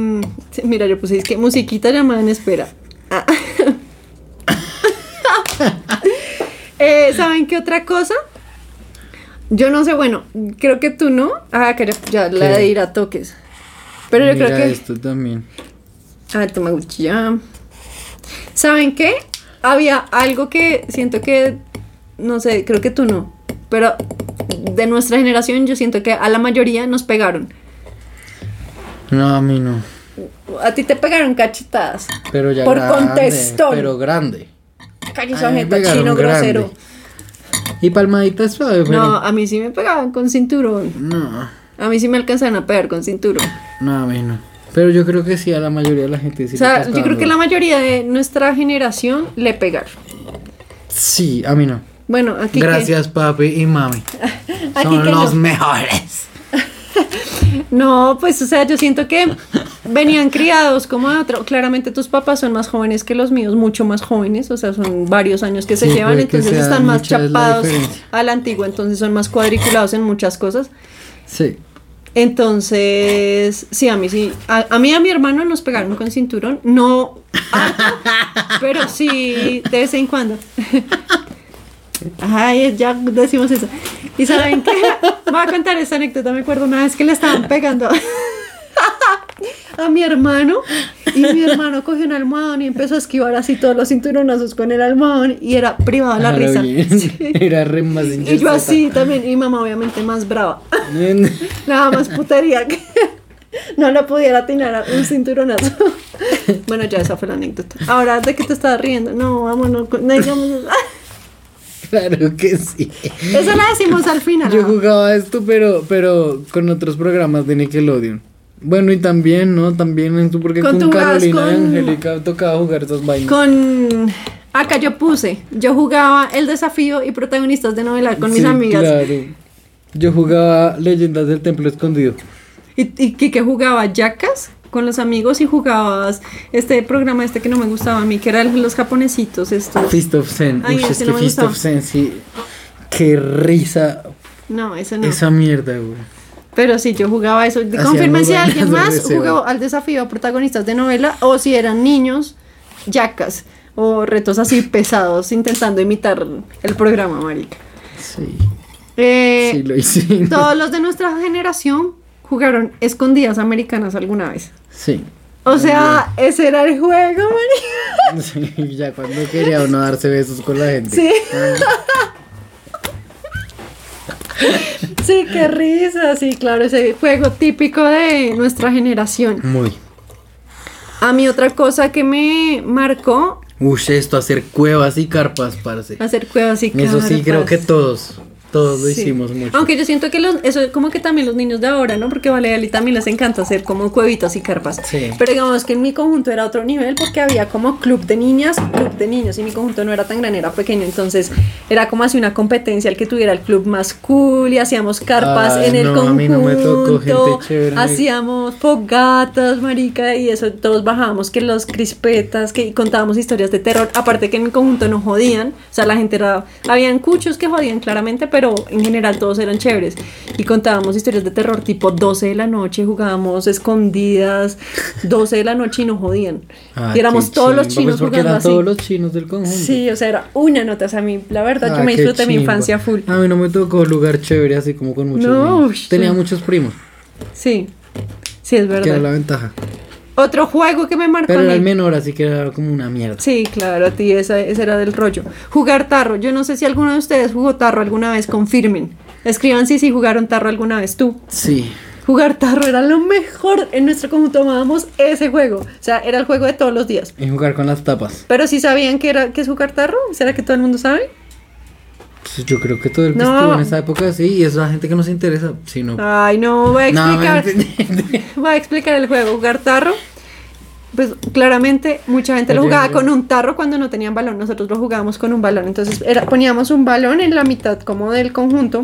S1: sí, mira, yo puse es que musiquita llamada en espera. Ah. Eh, ¿Saben qué otra cosa? Yo no sé, bueno, creo que tú no. Ah, que ya- ya la
S2: ¿Qué?
S1: de ir a toques. Pero yo
S2: Mira
S1: creo que.
S2: esto también.
S1: A ver, toma ya. ¿Saben qué? Había algo que siento que, no sé, creo que tú no, pero de nuestra generación yo siento que a la mayoría nos pegaron.
S2: No, a mí no.
S1: A ti te pegaron cachetadas.
S2: Pero ya
S1: Por
S2: grande,
S1: contestón.
S2: Pero grande. A mí me
S1: Cachizoneta,
S2: pegaron
S1: chino
S2: grande.
S1: grosero.
S2: Y palmaditas suave, pero.
S1: No,
S2: No.
S1: a mí sí me pegaban con cinturón.
S2: no,
S1: A mí sí me alcanzaron a pegar con cinturón.
S2: a mí no. Pero yo creo que sí, a la mayoría de la gente sí.
S1: O
S2: le
S1: sea,
S2: cascaban
S1: yo creo que la
S2: duro.
S1: mayoría de nuestra generación le pegaron.
S2: Sí, a mí no.
S1: Bueno, aquí que-
S2: Gracias, papi y mami.
S1: Aquí
S2: Son
S1: que
S2: los
S1: no.
S2: mejores.
S1: No, pues, o sea, yo siento que venían criados como de otro. Claramente tus papás son más jóvenes que los míos, mucho más jóvenes, o sea, son varios años que se
S2: Sí,
S1: llevan,
S2: puede que
S1: entonces
S2: sea
S1: están más
S2: mucha la
S1: chapados
S2: diferencia.
S1: a la antigua, entonces son más cuadriculados en muchas cosas.
S2: Sí.
S1: Entonces, sí, a mí sí. A, a mí y a mi hermano nos pegaron con cinturón. No harto, pero sí de vez en cuando. Ay, ya decimos eso. ¿Y saben qué? Voy a contar esta anécdota. Me acuerdo una vez que le estaban pegando a mi hermano y mi hermano cogió un almohadón y empezó a esquivar así todos los cinturonazos con el almohadón y era privado de la
S2: Ahora
S1: risa.
S2: bien,
S1: Sí.
S2: Era re más
S1: Y yo así también, y mamá obviamente más brava. Nada más putería que no lo pudiera atinar a un cinturonazo. Bueno, ya esa fue la anécdota. Ahora, ¿de qué te estabas riendo? No, vámonos. con- no digamos-
S2: Claro que sí.
S1: Esa la decimos al final.
S2: Yo
S1: ¿no?
S2: jugaba esto, pero, pero con otros programas de Nickelodeon. Bueno, y también, ¿no? También en tu- porque
S1: Con
S2: con,
S1: tu brazo,
S2: Carolina y
S1: con-
S2: Angélica tocaba jugar esas vainas.
S1: Con. Acá yo puse. Yo jugaba El Desafío y protagonistas de novela con mis
S2: Sí,
S1: amigas.
S2: Claro. Yo jugaba Leyendas del Templo Escondido.
S1: Y, y que, que jugaba yacas con los amigos y jugabas este programa este que no me gustaba a mí, que era el- los japonesitos estos.
S2: Fist of Zen.
S1: Ay,
S2: Uy,
S1: ese
S2: es que
S1: no me
S2: Fist
S1: gustaba.
S2: of Zen, sí. Qué risa
S1: No, ese no.
S2: esa mierda, güey.
S1: Pero sí, yo jugaba eso.
S2: Hacían
S1: Confirmen si
S2: novelas
S1: alguien
S2: de
S1: más
S2: deseo.
S1: jugó al desafío a protagonistas de novela o si eran niños, yacas o retos así pesados intentando imitar el programa, marica.
S2: Sí,
S1: Eh,
S2: sí lo hicimos.
S1: Todos los de nuestra generación jugaron escondidas americanas alguna vez.
S2: Sí.
S1: O sea, ese era el juego, marica.
S2: Sí, ya cuando quería uno darse besos con la gente.
S1: Sí. Sí, qué risa, sí, claro, ese juego típico de nuestra generación.
S2: Muy.
S1: A mí otra cosa que me marcó
S2: Uy, esto, hacer cuevas y carpas, parce.
S1: hacer cuevas y
S2: Eso sí,
S1: carpas.
S2: creo que todos. Todos lo
S1: Sí.
S2: hicimos mucho.
S1: Aunque yo siento que los, eso es como que también los niños de ahora, ¿no? Porque a Valeria también les encanta hacer como cuevitas y carpas.
S2: Sí.
S1: Pero digamos que en mi conjunto era otro nivel porque había como club de niñas, club de niños y mi conjunto no era tan grande, era pequeño. Entonces era como así una competencia el que tuviera el club más cool y hacíamos carpas
S2: Ay,
S1: en el
S2: no,
S1: conjunto.
S2: a mí no me tocó gente chévere, marica.
S1: Hacíamos fogatas, marica, y eso. Todos bajábamos que los crispetas, que y contábamos historias de terror. Aparte que en mi conjunto no jodían. O sea, la gente era... Habían cuchos que jodían claramente, pero en general todos eran chéveres. Y contábamos historias de terror tipo 12 de la noche, jugábamos escondidas, 12 de la noche y no jodían.
S2: Ah,
S1: y éramos
S2: qué
S1: todos los chinos
S2: chimba, pues porque
S1: jugando
S2: eran
S1: así.
S2: todos los chinos del conjunto.
S1: Sí, o sea, era una nota. O sea, a mí, la verdad,
S2: Ah,
S1: yo me
S2: qué
S1: disfruté mi
S2: chimba.
S1: infancia full.
S2: A mí no me tocó lugar chévere así como con muchos
S1: No,
S2: niños.
S1: uy,
S2: Tenía
S1: sí.
S2: muchos primos,
S1: Sí, sí, es
S2: que era la
S1: verdad.
S2: ventaja.
S1: Otro juego que me marcó
S2: Pero
S1: a
S2: era
S1: mí.
S2: el menor, así que era como una mierda.
S1: Sí, claro, a ti esa, ese era del rollo. Jugar tarro. Yo no sé si alguno de ustedes jugó tarro alguna vez, confirmen. Escriban si sí jugaron tarro alguna vez tú.
S2: Sí.
S1: Jugar tarro era lo mejor. En nuestro conjunto amábamos ese juego. O sea, era el juego de todos los días.
S2: Y jugar con las tapas.
S1: Pero si sabían que era que es jugar tarro, ¿será que todo el mundo sabe?
S2: Pues yo creo que todo el que
S1: No. Ah,
S2: estuvo en esa época sí, y es la gente que nos interesa, si no.
S1: Ay, no, voy a
S2: No,
S1: explicar.
S2: mentira.
S1: Voy a explicar el juego. Jugar tarro. Pues claramente mucha gente lo
S2: Oye,
S1: jugaba
S2: oye.
S1: con un tarro cuando no tenían balón. Nosotros lo jugábamos con un balón. Entonces era- poníamos un balón en la mitad como del conjunto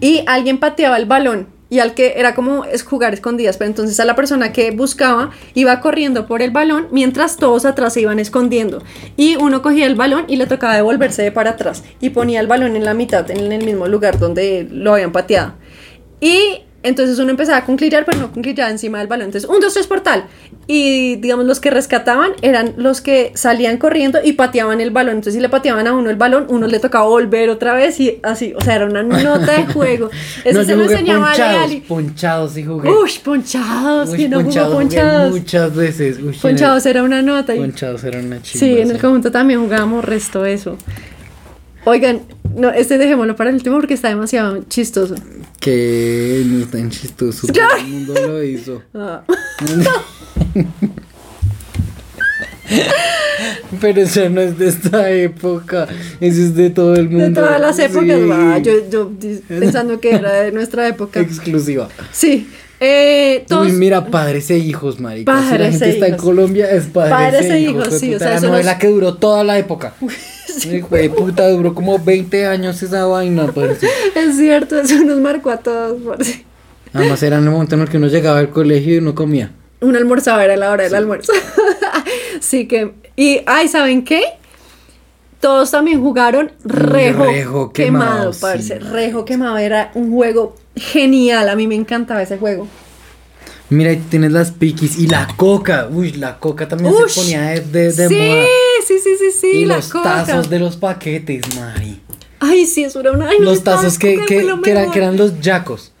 S1: y alguien pateaba el balón. Y al que era como es jugar escondidas, pero entonces a la persona que buscaba iba corriendo por el balón mientras todos atrás se iban escondiendo. Y uno cogía el balón y le tocaba devolverse de para atrás y ponía el balón en la mitad, en el mismo lugar donde lo habían pateado. Y entonces uno empezaba a conclillar, pero no conclillaba encima del balón. Entonces, un, dos, tres, portal. Y digamos, los que rescataban eran los que salían corriendo y pateaban el balón. Entonces, si le pateaban a uno el balón, uno le tocaba volver otra vez y así. O sea, era una nota de juego. Eso
S2: No,
S1: se
S2: yo
S1: lo
S2: jugué
S1: enseñaba a
S2: ponchados,
S1: Leali.
S2: ponchados sí jugué.
S1: Uy, ponchados.
S2: Uy,
S1: ¿Quién no jugó
S2: jugué
S1: ponchados?
S2: muchas veces. Uy, en
S1: Ponchados era una nota.
S2: el-
S1: y-
S2: Ponchados era una chica.
S1: sí, en el conjunto también jugábamos resto de eso. Oigan, no, este dejémoslo para el último porque está demasiado chistoso.
S2: Que no es tan chistoso. Todo el mundo lo hizo.
S1: Ah.
S2: Pero eso no es de esta época. Eso es de todo el mundo.
S1: De todas las épocas,
S2: Sí.
S1: va, yo, yo di- pensando que era de nuestra época.
S2: Exclusiva.
S1: Sí, eh, todos
S2: Uy, mira, padres e hijos, marica. si la
S1: Padres
S2: gente
S1: e
S2: está
S1: hijos.
S2: en Colombia, es padres,
S1: Padres e
S2: e hijos.
S1: hijos,
S2: fue
S1: sí, o
S2: puta,
S1: sea,
S2: la
S1: eso
S2: novela
S1: nos-
S2: que duró toda la época. Hijo de puta, duró como 20 años esa vaina, parce.
S1: es cierto, eso nos marcó a todos. parce.
S2: Además, era en el momento en el que uno llegaba al colegio y no comía.
S1: Un almorzaba era la hora del almuerzo. Así que, y, ay, ¿saben qué? Todos también jugaron rejo,
S2: Rejo
S1: quemado,
S2: quemado, sí,
S1: parce.
S2: marica.
S1: rejo quemado era un juego genial. A mí me encantaba ese juego.
S2: Mira, ahí tienes las piquis y la coca. Uy, la coca también
S1: Ush.
S2: se ponía de, de, de
S1: sí,
S2: moda.
S1: sí, sí, sí, sí,
S2: Y
S1: la
S2: los
S1: coca.
S2: tazos de los paquetes, Mari.
S1: Ay, sí, eso era una. ay, no,
S2: los
S1: estaba-
S2: tazos que,
S1: coca
S2: que-
S1: fue lo
S2: que eran,
S1: mejor.
S2: que eran los yacos.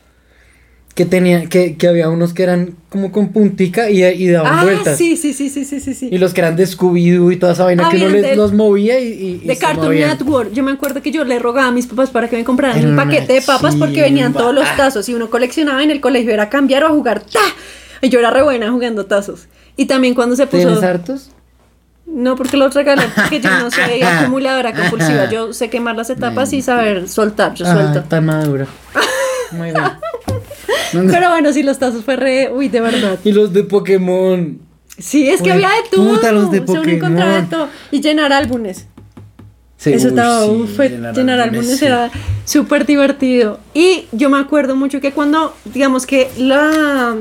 S2: Que tenían, que, que había unos que eran como con puntica y, y daban
S1: Ah,
S2: vueltas.
S1: sí, sí, sí, sí, sí, sí. sí.
S2: Y los que eran de Scooby-Doo y toda esa vaina que
S1: Habían
S2: uno les,
S1: Ah, de-
S2: los movía y. y- y
S1: De
S2: se
S1: Cartoon
S2: movían.
S1: Network. Yo me acuerdo que yo le rogaba a mis papás para que me compraran
S2: Era
S1: un
S2: una
S1: paquete de papas porque venían
S2: chimba.
S1: todos los
S2: Ah.
S1: tazos. Y uno coleccionaba en el colegio, era cambiar o a jugar. ¡Ta! Y yo era re buena jugando tazos. Y también cuando se puso.
S2: ¿Tienes hartos?
S1: No, porque los regalé, porque yo no soy acumuladora compulsiva. Yo sé quemar las etapas y saber soltar. Yo
S2: Ah,
S1: suelto.
S2: tan maduro. Muy bien.
S1: Pero bueno, sí, los tazos fue re. Uy, de verdad.
S2: Y los de Pokémon.
S1: Sí, es que
S2: Fue
S1: había de todo.
S2: puta, los de
S1: o sea, uno encontraba de
S2: Pokémon.
S1: todo. Y llenar álbumes.
S2: Sí,
S1: Eso
S2: uy,
S1: estaba,
S2: sí,
S1: uf, fue- llenar álbumes
S2: sí.
S1: era súper divertido. Y yo me acuerdo mucho que cuando, digamos que la,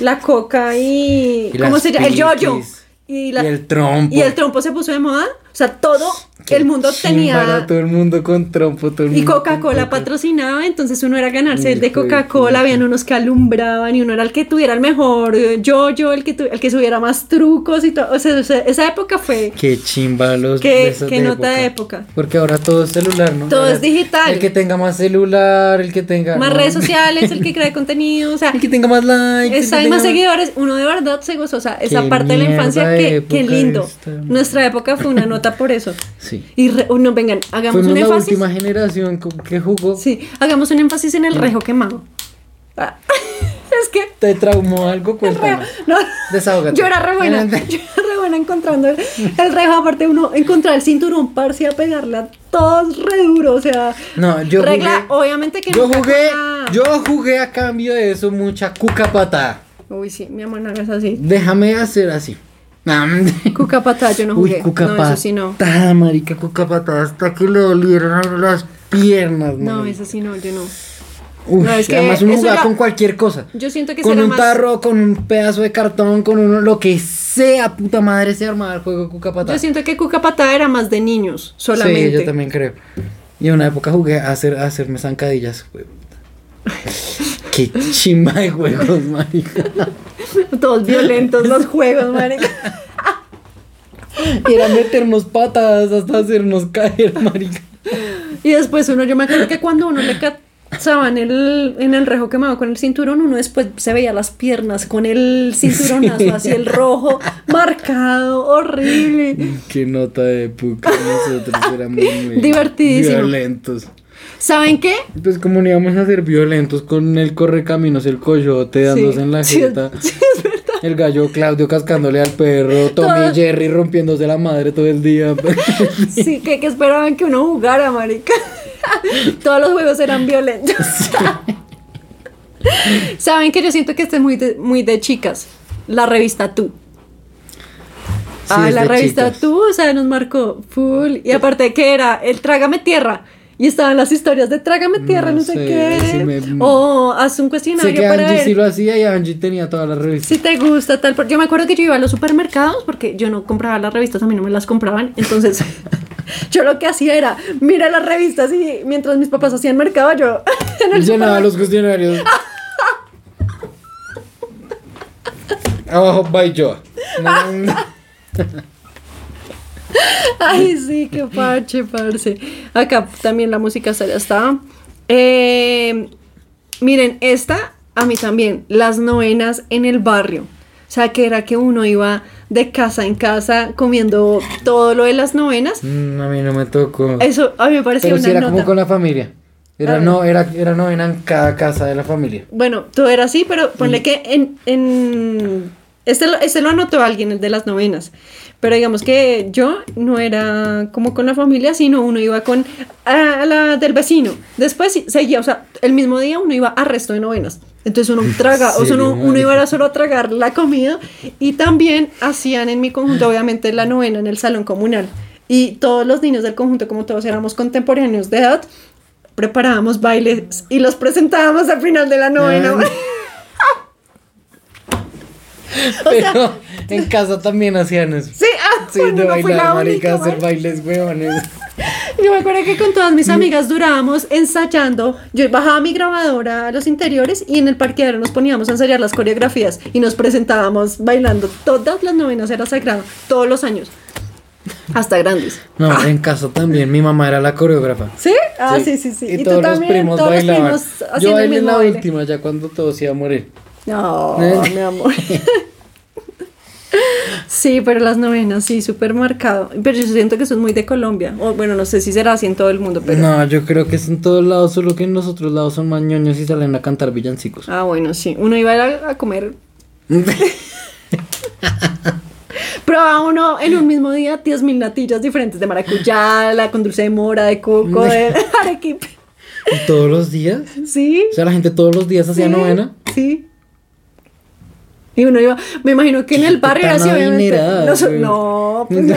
S1: la coca y,
S2: Y
S1: ¿cómo
S2: las
S1: se llama? El yoyo.
S2: piquis.
S1: Y,
S2: Y,
S1: la-
S2: el trompo.
S1: y el trompo se puso de moda. O sea, todo
S2: Qué
S1: el mundo
S2: chimba era
S1: tenía...
S2: Todo el mundo con trompo. Todo el
S1: Y
S2: mundo con
S1: Coca-Cola
S2: trompo.
S1: patrocinaba, entonces uno era ganarse el de
S2: Hijo de
S1: Coca-Cola,
S2: puta.
S1: habían unos que alumbraban y uno era el que tuviera el mejor eh, yoyo, el que tu- el que subiera más trucos y todo. O sea, o sea, esa época fue
S2: Qué chimba los
S1: Qué-
S2: de esas
S1: qué nota de época.
S2: Porque ahora todo es celular, ¿no?
S1: Todo
S2: Ahora
S1: es digital.
S2: El que tenga más celular, el que tenga.
S1: más
S2: no,
S1: redes sociales, el que crea contenido, o sea,
S2: El que tenga más likes. el que
S1: Esa y
S2: tenga
S1: más seguidores, uno de verdad se gozó, o sea, esa
S2: Qué
S1: parte de la infancia,
S2: mierda de
S1: que, qué
S2: época
S1: lindo.
S2: esta.
S1: Nuestra época fue una nota por eso.
S2: Sí.
S1: Y re- oh, no, vengan, hagamos
S2: Fuimos
S1: un
S2: la
S1: énfasis.
S2: última generación co- que jugó.
S1: Sí, hagamos un énfasis en el rejo quemado. Ah, es que
S2: ¿Te traumó algo?
S1: el rejo,
S2: Cuéntanos.
S1: no,
S2: Desahógate.
S1: yo era re buena, yo era re buena encontrando el, el rejo, aparte uno encontrar el cinturón parcial, pegarle a todos re duro, o sea,
S2: No, yo
S1: regla,
S2: jugué.
S1: obviamente que
S2: Yo
S1: nunca
S2: jugué,
S1: con la-
S2: yo jugué a cambio de eso mucha cuca patada.
S1: Uy, sí, mi amor, no hagas así.
S2: Déjame hacer así. Ah,
S1: Cuca patada, yo no jugué.
S2: Uy, cuca
S1: no,
S2: patada,
S1: eso sí no.
S2: marica, cuca patada, hasta que le dolieron las piernas,
S1: No,
S2: marica.
S1: eso sí no, yo no.
S2: Uy,
S1: no, es que
S2: además uno
S1: eso
S2: jugaba
S1: era-
S2: con cualquier cosa.
S1: Yo siento que
S2: con
S1: será
S2: un
S1: más-
S2: tarro, con un pedazo de cartón, con uno, lo que sea, puta madre, se armaba el juego de cuca patada.
S1: Yo siento que Cuca Patada era más de niños, solamente.
S2: Sí, yo también creo. Y en una época jugué a, hacer, a hacerme zancadillas, güey. Qué chimba de juegos, marica.
S1: Todos violentos los juegos, marica.
S2: Y Era meternos patadas hasta hacernos caer, marica.
S1: Y después uno, yo me acuerdo que cuando uno le cazaban el, en el rejo quemado con el cinturón, uno después se veía las piernas con el cinturonazo
S2: Sí.
S1: así, el rojo, marcado, horrible.
S2: Qué nota de puca, nosotros éramos muy
S1: Divertidísimo.
S2: violentos.
S1: ¿Saben qué?
S2: Pues como no íbamos a ser violentos con el correcaminos, el coyote dándose
S1: Sí.
S2: en la
S1: Sí, es-
S2: jeta,
S1: Sí, es verdad.
S2: el gallo Claudio cascándole al perro, Tommy
S1: Todo.
S2: y Jerry rompiéndose la madre todo el día.
S1: Sí, que, que esperaban que uno jugara, marica. Todos los juegos eran violentos. Saben que yo siento que este es muy de, muy de chicas. La revista Tú.
S2: Sí,
S1: ah,
S2: es
S1: la
S2: de
S1: revista
S2: chicas.
S1: Tú, o sea, nos marcó full. Y aparte que era el Trágame Tierra. Y estaban las historias de Trágame Tierra, no,
S2: No
S1: sé,
S2: sé,
S1: qué.
S2: Ah, sí me-
S1: O haz un
S2: Sé
S1: cuestionario
S2: que
S1: para
S2: Angie
S1: ver
S2: sí lo hacía y Angie tenía todas las revistas.
S1: si te gusta tal. por- Yo me acuerdo que yo iba a los supermercados porque yo no compraba las revistas, a mí no me las compraban. Entonces, yo lo que hacía era mira las revistas y mientras mis papás hacían mercado, yo en el
S2: Llenaba
S1: supermercado.
S2: los cuestionarios. Abajo, bye yo. No,
S1: Ay, sí, qué parche, parce. Acá también la música se ya estaba. Eh, miren, esta a mí también, las novenas en el barrio. O sea, que era que uno iba de casa en casa comiendo todo lo de las novenas.
S2: Mm, a mí no me tocó.
S1: Eso a mí me parecía
S2: Pero
S1: una
S2: sí era
S1: nota.
S2: como con la familia.
S1: A
S2: Era,
S1: ver.
S2: no, era, era novena en cada casa de la familia.
S1: Bueno, todo era así, pero ponle que en... en este, lo, este lo anotó alguien, el de las novenas. Pero digamos que yo no era como con la familia, sino uno iba con a la del vecino. Después sí- seguía, o sea, el mismo día uno iba a resto de novenas. Entonces uno traga, o sea, uno,
S2: serio,
S1: uno iba
S2: marica?
S1: era solo a tragar la comida. Y también hacían en mi conjunto, obviamente, la novena en el salón comunal. Y todos los niños del conjunto, como todos éramos contemporáneos de edad, preparábamos bailes y los presentábamos al final de la novena.
S2: Ay.
S1: O
S2: Pero
S1: sea-
S2: en casa también hacían eso.
S1: sí, ah,
S2: Sí,
S1: bueno,
S2: de
S1: no fui
S2: bailar,
S1: la única.
S2: marica, hacer
S1: ¿vale?
S2: bailes, huevones.
S1: Yo me acuerdo que con todas mis amigas durábamos ensayando. Yo bajaba mi grabadora a los interiores y en el parqueadero nos poníamos a ensayar las coreografías y nos presentábamos bailando todas las novenas era sagrado, todos los años. Hasta grandes.
S2: No, en casa también mi mamá era la coreógrafa.
S1: ¿Sí? Ah, sí, sí, sí.
S2: Y, todos los primos
S1: todos los
S2: bailaban.
S1: primos
S2: Yo
S1: haciendo el
S2: bailé en
S1: mismo
S2: la
S1: baile.
S2: última, ya cuando todos iban a morir.
S1: No,
S2: ¿Eh?
S1: mi amor. Sí, pero las novenas, sí, súper marcado. Pero yo siento que son muy de Colombia. O bueno, no sé si será así en todo el mundo, pero.
S2: No, yo creo que es en todos lados, solo que en los otros lados son más ñoños y salen a cantar villancicos.
S1: Ah, bueno, sí. Uno iba a, ir a- a comer. Probaba uno en un mismo día 10.000 natillas diferentes de maracuyá, la con dulce de mora, de coco, de arequipe.
S2: ¿Y todos los días?
S1: Sí.
S2: O sea, la gente todos los días hacía
S1: sí,
S2: novena.
S1: Sí. Y uno iba, me imagino que en el barrio era
S2: tan
S1: así, obviamente.
S2: adinerada,
S1: No, so-
S2: güey.
S1: no, pues no.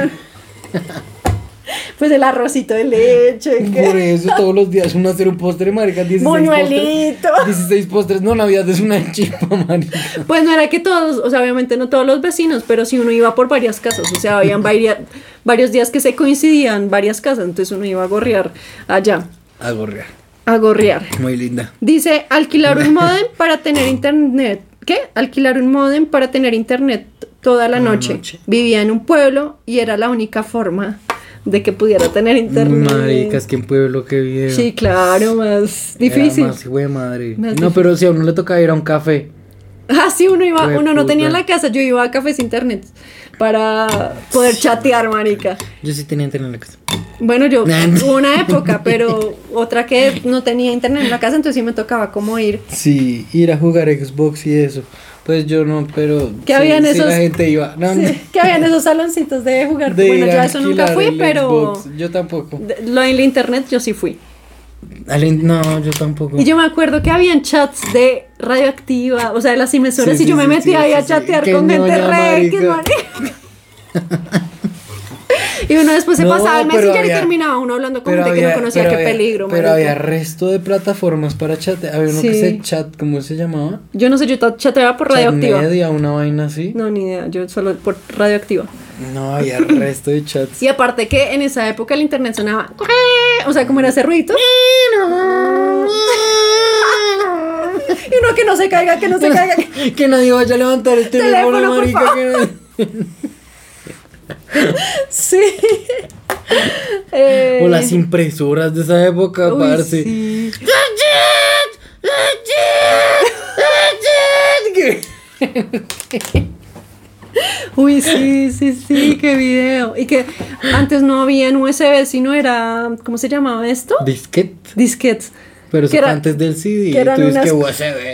S1: Pues el arrocito de leche,
S2: Por
S1: que
S2: eso todos los días uno hacer un postre, marica. 16
S1: Buñuelito.
S2: postres. 16 postres. No, Navidad es una chipa, marica.
S1: Pues no era que todos, o sea, obviamente no todos los vecinos, pero si uno iba por varias casas, o sea, habían varia- varios días que se coincidían varias casas, entonces uno iba a gorrear allá,
S2: A gorrear.
S1: a gorrear.
S2: Ah, Muy linda.
S1: Dice, alquilar un modem para tener internet. ¿Qué? Alquilar un modem para tener internet toda la noche.
S2: noche.
S1: Vivía en un pueblo y era la única forma de que pudiera tener internet.
S2: Marica, es que en pueblo que bien.
S1: Sí, claro, más difícil.
S2: Era más hijo de madre.
S1: Más
S2: no, pero si a uno le toca ir a un café.
S1: Ah, sí, uno iba,
S2: Hijo de
S1: uno no tenía en
S2: puta.
S1: la casa, yo iba a cafés internet para poder chatear, marica.
S2: Yo sí tenía internet en la casa.
S1: Bueno, yo hubo una época, pero otra que no tenía internet en la casa, entonces sí me tocaba como ir.
S2: Sí, ir a jugar Xbox y eso. Pues yo no, pero.
S1: ¿Qué
S2: sí,
S1: había en
S2: sí
S1: esos-
S2: la gente iba. No, no.
S1: Sí, que habían esos saloncitos de jugar.
S2: de
S1: bueno,
S2: ir
S1: yo
S2: a
S1: a eso nunca
S2: alquilar
S1: fui,
S2: el
S1: pero
S2: Xbox. Yo tampoco.
S1: de- lo en la internet yo sí fui.
S2: Al in- No, yo tampoco.
S1: Y yo me acuerdo que habían chats de radioactiva, o sea, de las emisoras,
S2: Sí,
S1: y yo
S2: sí,
S1: me
S2: sí,
S1: metía
S2: sí,
S1: ahí
S2: sí,
S1: a
S2: sí.
S1: chatear
S2: Qué
S1: con gente
S2: ñoña,
S1: re, que
S2: marica.
S1: marica. Y uno después se
S2: No,
S1: pasaba el
S2: pero
S1: messenger y
S2: había-
S1: terminaba uno hablando con
S2: Pero
S1: gente que
S2: había-
S1: no conocía,
S2: pero
S1: qué
S2: había-
S1: peligro,
S2: Pero
S1: marica.
S2: había resto de plataformas para chatear. Había uno que
S1: Sí.
S2: se chat, ¿cómo se llamaba?
S1: Yo no sé, yo ta- chateaba por radioactiva.
S2: Media, una vaina así.
S1: No, ni idea, yo solo por radioactiva.
S2: No, había resto de chats.
S1: Y aparte que en esa época el internet sonaba, o sea, como era ese ruido. Y uno que no se caiga, que no se caiga.
S2: que nadie vaya a levantar el teléfono,
S1: Teléfono, por
S2: marica. que nadie-
S1: Sí. Eh,
S2: O las impresoras de esa época,
S1: uy,
S2: parce.
S1: sí. Uy, sí, sí, sí, qué video. Y que antes no había en USB, sino era, ¿cómo se llamaba esto?
S2: Disquet.
S1: Disquetes.
S2: Pero eso
S1: Que
S2: fue
S1: era-
S2: antes del CD.
S1: que eran
S2: tú dices que
S1: unas-
S2: USB.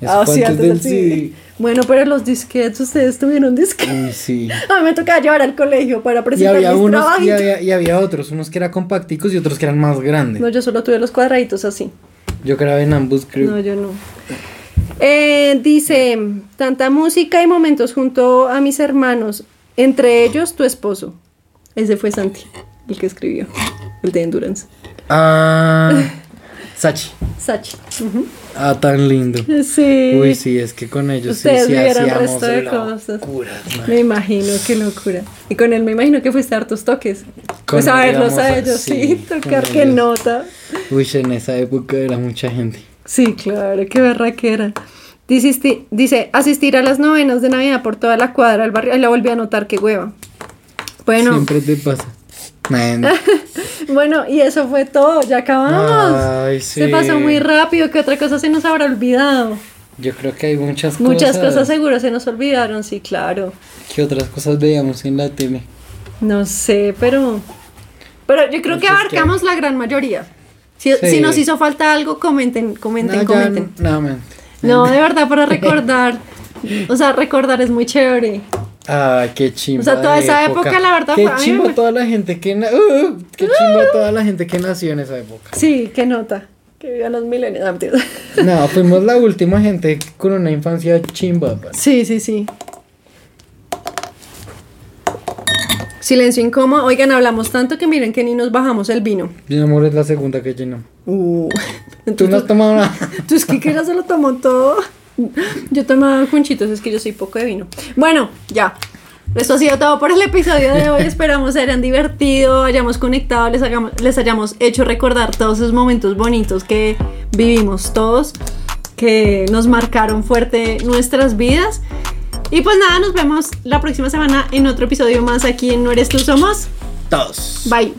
S2: Eso
S1: Ah,
S2: fue
S1: sí,
S2: antes
S1: antes
S2: del
S1: del CD.
S2: CD.
S1: Bueno, pero los disquetes, ustedes tuvieron disquetes.
S2: Uy, sí.
S1: A mí me tocaba llevar al colegio para
S2: Mm. Y
S1: presentar
S2: había
S1: mis
S2: unos y
S1: trabajitos.
S2: había, y había otros, unos que eran compacticos y otros que eran más grandes.
S1: No, yo solo tuve los cuadraditos así.
S2: Yo grabé en ambos, creo.
S1: No, yo no. Eh, dice, tanta música y momentos junto a mis hermanos, entre ellos tu esposo. Ese fue Santi, el que escribió, el de Endurance.
S2: Ah, Sachi.
S1: Sachi.
S2: Ah, tan lindo.
S1: Sí.
S2: Uy, sí, es que con ellos sí,
S1: Ustedes
S2: sí
S1: vivieron
S2: hacíamos
S1: resto de cosas.
S2: locuras, man.
S1: Me imagino, qué locura. Y con él me imagino que fuiste a hartos toques. pues a
S2: Con-
S1: verlos
S2: digamos,
S1: a ellos, sí,
S2: sí,
S1: tocar,
S2: con
S1: qué
S2: ellos.
S1: nota.
S2: Uy, en esa época era mucha gente.
S1: Sí, claro, qué berraquera. Dice, isti- dice, asistir a las novenas de Navidad por toda la cuadra del barrio. Ahí la volví a anotar, qué hueva. Bueno,
S2: Siempre te pasa. Man.
S1: bueno, y eso fue todo, ya acabamos.
S2: Ay, sí.
S1: Se pasó muy rápido, ¿qué otra cosa se nos habrá olvidado?
S2: Yo creo que hay muchas,
S1: Muchas
S2: cosas.
S1: cosas seguro se nos olvidaron, sí, claro.
S2: ¿Qué otras cosas veíamos en la tele?
S1: No sé, pero... Pero yo creo que
S2: Entonces,
S1: abarcamos la gran mayoría. Si,
S2: Sí.
S1: si nos hizo falta algo, comenten, comenten,
S2: No, ya
S1: comenten.
S2: no- no, man.
S1: No, de verdad, para recordar. O sea, recordar es muy chévere.
S2: Ay, Ah, qué chimba.
S1: O sea, toda
S2: de
S1: esa época, la verdad,
S2: Qué
S1: fue- a mí
S2: chimba
S1: me-
S2: toda la gente que. na- uh, qué chimba toda la gente que nació en esa época.
S1: Sí, qué nota. Que vivan los milenios. Ah, mentira.
S2: No, fuimos la última gente con una infancia chimba. man.
S1: Sí, sí, sí. Silencio incómodo. Oigan, hablamos tanto que miren que ni nos bajamos el vino.
S2: Mi amor es la segunda que llenó.
S1: Uh.
S2: Tú no has tomado nada.
S1: Tú es que ya se lo tomó todo. Yo tomaba conchitos, es que yo soy poco de vino. Bueno, ya. Esto ha sido todo por el episodio de hoy. Esperamos se hayan divertido, hayamos conectado, les, hagamos- les hayamos hecho recordar todos esos momentos bonitos que vivimos todos, que nos marcaron fuerte nuestras vidas. Y pues nada, nos vemos la próxima semana en otro episodio más aquí en No Eres Tú Somos.
S2: Todos.
S1: Bye.